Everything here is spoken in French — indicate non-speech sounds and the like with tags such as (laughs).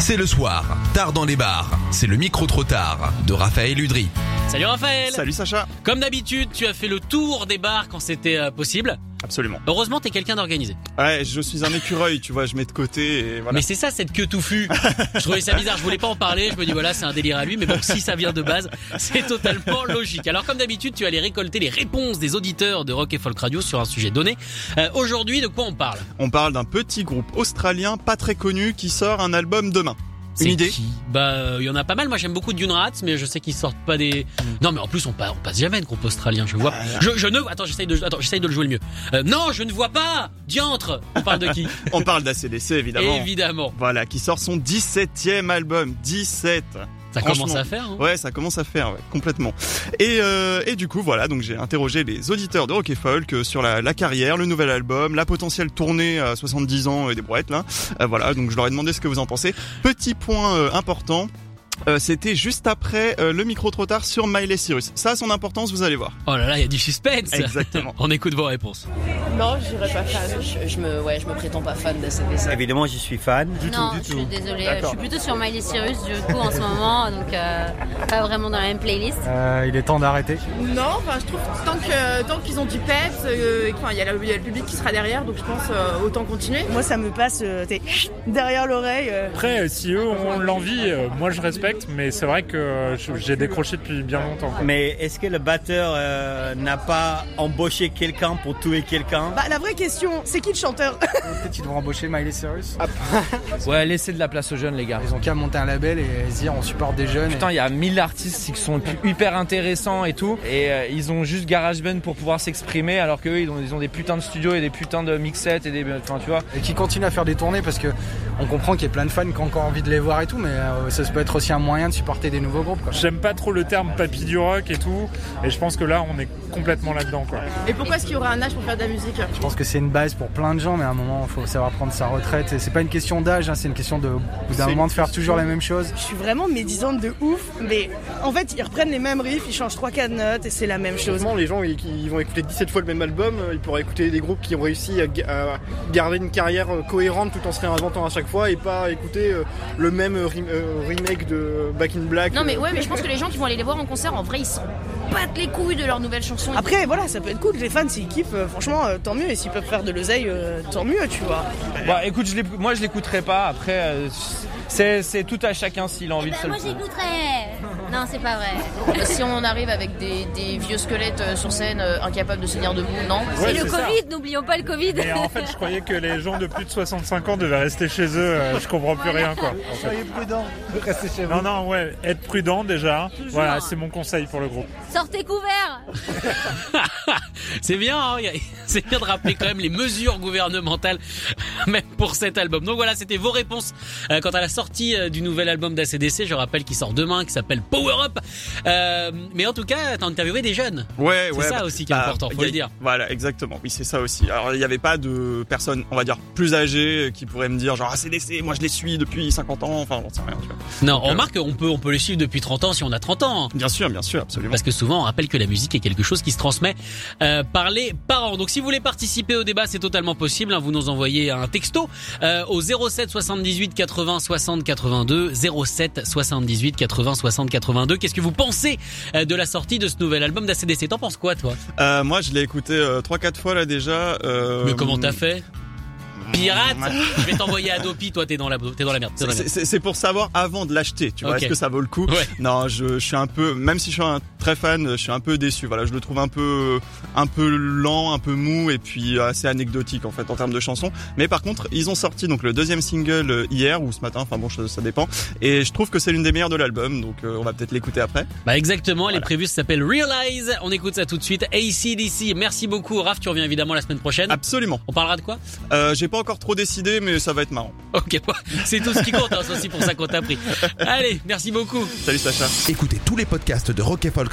C'est le soir, tard dans les bars. C'est le micro trop tard de Raphaël Udry. Salut Raphaël Salut Sacha Comme d'habitude, tu as fait le tour des bars quand c'était euh, possible. Absolument. Heureusement, t'es quelqu'un d'organisé. Ouais, je suis un écureuil, tu vois, je mets de côté et voilà. Mais c'est ça cette queue touffue. je trouvais ça bizarre, je voulais pas en parler, je me dis voilà, c'est un délire à lui, mais bon, si ça vient de base, c'est totalement logique. Alors comme d'habitude, tu allais récolter les réponses des auditeurs de Rock et Folk Radio sur un sujet donné. Euh, Aujourd'hui, de quoi on parle On parle d'un petit groupe australien pas très connu qui sort un album demain. Une C'est idée qui Bah, euh, il y en a pas mal. Moi, j'aime beaucoup Dune Rats, mais je sais qu'ils sortent pas des. Hmm. Non, mais en plus, on, pa- on passe jamais de groupe australien. Je Ah, vois. Je, je ne. Attends, j'essaye de. Attends, j'essaye de le jouer le mieux. Euh, non, je ne vois pas. Diantre. On parle de qui On parle d'ACDC évidemment. Évidemment. Voilà, qui sort son 17e album. 17 Ça Franchement. commence à faire. hein. Ouais, ça commence à faire, ouais, complètement. Et, euh, et du coup, voilà, donc j'ai interrogé les auditeurs de Rock et Folk euh, sur la, la carrière, le nouvel album, la potentielle tournée à 70 ans euh, des brouettes, là. Euh, voilà, donc je leur ai demandé ce que vous en pensez. Petit point euh, important. euh, C'était juste après euh, le micro trop tard sur Miley Cyrus. Ça a son importance, vous allez voir. Oh là là, il y a du (laughs) suspense. Exactement. On écoute vos réponses. Non, je dirais pas fan. Je, je me, ouais, je me prétends pas fan d'ACDC. Évidemment, j'y suis fan. non, je suis désolée, je suis plutôt sur Miley Cyrus du coup en ce moment, donc euh, pas vraiment dans la même playlist. il est temps d'arrêter. Non, enfin, je trouve que tant que tant qu'ils ont du peps, euh, et que, enfin, il y, a le- il y a le public qui sera derrière, donc je pense euh, autant continuer. Moi, ça me passe derrière l'oreille. Après, euh, si eux ont l'envie, euh, moi je respecte, mais c'est vrai que euh, je- j'ai décroché depuis bien longtemps. Mais est-ce que le batteur euh, n'a pas embauché quelqu'un pour tuer quelqu'un la vraie question, c'est qui le chanteur Peut-être qu'ils devront embaucher Miley Cyrus. Ouais, laissez de la place aux jeunes, les gars. Ils ont qu'à monter un label et se dire on supporte des jeunes. Putain, il y a mille artistes qui sont hyper intéressants et tout, et euh, ils ont juste GarageBand pour pouvoir s'exprimer, alors qu'eux, ils ont, ils ont des putains de studios et des putains de mixettes et des. Enfin, tu vois. et, et qui continuent à faire des tournées parce que on comprend qu'il y a plein de fans qui ont encore envie de les voir et tout, mais euh, ça peut être aussi un moyen de supporter des nouveaux groupes. quoi. J'aime pas trop le terme papy du rock et tout, et je pense que là, on est complètement là-dedans, quoi. Et pourquoi est-ce qu'il y aura un âge pour faire de la musique Je pense que c'est une base pour plein de gens, mais à un moment, il faut savoir prendre sa retraite. Et c'est pas une question d'âge, hein, c'est une question de, au bout d'un C'est moment une de faire question- toujours la même chose. Je suis vraiment médisante de ouf, mais en fait, ils reprennent les mêmes riffs, ils changent 3 quatre notes et c'est la même chose. les gens, ils, vont écouter 17 fois le même album, euh, ils pourraient écouter des groupes qui ont réussi à, garder une carrière euh, cohérente tout en se réinventant à chaque fois, et pas écouter euh, le même euh, remake de Back in Black. euh. Non mais ouais, mais je pense que les gens qui vont aller les voir en concert, en vrai, ils s'en battent les couilles de leur nouvelle chanson. Après, voilà, ça peut être cool. Les fans, s'ils kiffent, euh, franchement, euh, tant mieux. Et s'ils peuvent faire de l'oseille, euh, tant mieux, tu vois. Bah écoute, je l'éc- moi je l'écouterai pas. Après, euh, c'est c'est tout à chacun s'il a envie de se le moi faire. j'écouterai. Non, c'est pas vrai. si on arrive avec des, des vieux squelettes euh, sur scène, euh, incapables de se tenir debout, non. Ouais, c'est c'est le ça. Covid, n'oublions pas le Covid. Et en fait, je croyais que les gens de plus de 65 ans devaient rester chez eux, euh, je comprends plus rien, quoi. en fait. Soyez prudents, restez chez vous. Non, non, ouais, être prudent déjà. Voilà, c'est mon conseil pour le groupe. (laughs) Sortez couverts. C'est bien, hein, il y a- (laughs) c'est bien de rappeler quand même les mesures gouvernementales, (laughs) même pour cet album. Donc voilà, c'était vos réponses euh, quant à la sortie euh, du nouvel album d'ACDC. Je rappelle qu'il sort demain, qui s'appelle Power Up. Euh, mais en tout cas, t'as interviewé des jeunes. (laughs) Ouais, C'est ouais. bah, ça aussi qui est important, faut y a- le dire. Voilà, exactement. Oui, c'est ça aussi. Alors, il n'y avait pas de personne, on va dire, plus âgée euh, qui pourrait me dire, genre, ah, CDC, moi je les suis depuis 50 ans. Enfin, j'en sais rien, tu vois. Non, on remarque qu'on peut, on peut les suivre depuis 30 ans si on a 30 ans. Bien sûr, bien sûr, absolument. Parce que souvent, on rappelle que la musique est quelque chose qui se transmet euh, par les parents. Donc, si vous voulez participer au débat, c'est totalement possible. hein. vous nous envoyez un texto euh, au 07 78 80 60 82 07 78 80 60 82. Qu'est-ce que vous pensez euh, de la sortie de ce nouvel album d'ACDC T'en penses quoi, toi Euh, moi, je l'ai écouté euh, 3-4 fois là déjà. euh, Mm, Mais comment t'as fait Pirate Je vais t'envoyer à Dopi. Toi, t'es dans la, t'es dans la merde. t'es dans la C'est- merde. C'est c'est pour savoir avant de l'acheter, tu vois, Ok. est-ce que ça vaut le coup Ouais. Non, je, je suis un peu, même si je suis un très fan, je suis un peu déçu. Voilà, je le trouve un peu, un peu lent, un peu mou et puis assez anecdotique en fait en termes de chansons. Mais par contre, ils ont sorti donc le deuxième single euh, hier ou ce matin, enfin bon, je- ça dépend. Et je trouve que c'est l'une des meilleures de l'album, donc euh, on va peut-être l'écouter après. Bah exactement, elle est prévue, ça s'appelle Realize. On écoute ça tout de suite. ACDC, merci beaucoup. Raph, tu reviens évidemment la semaine prochaine. Absolument. On parlera de quoi Euh, J'ai pas encore trop décidé, mais ça va être marrant. Ok, (laughs) bah, c'est tout ce qui compte, hein, c'est aussi pour ça qu'on t'a pris. Allez, merci beaucoup. Salut Sacha. Écoutez tous les podcasts de Rock and Folk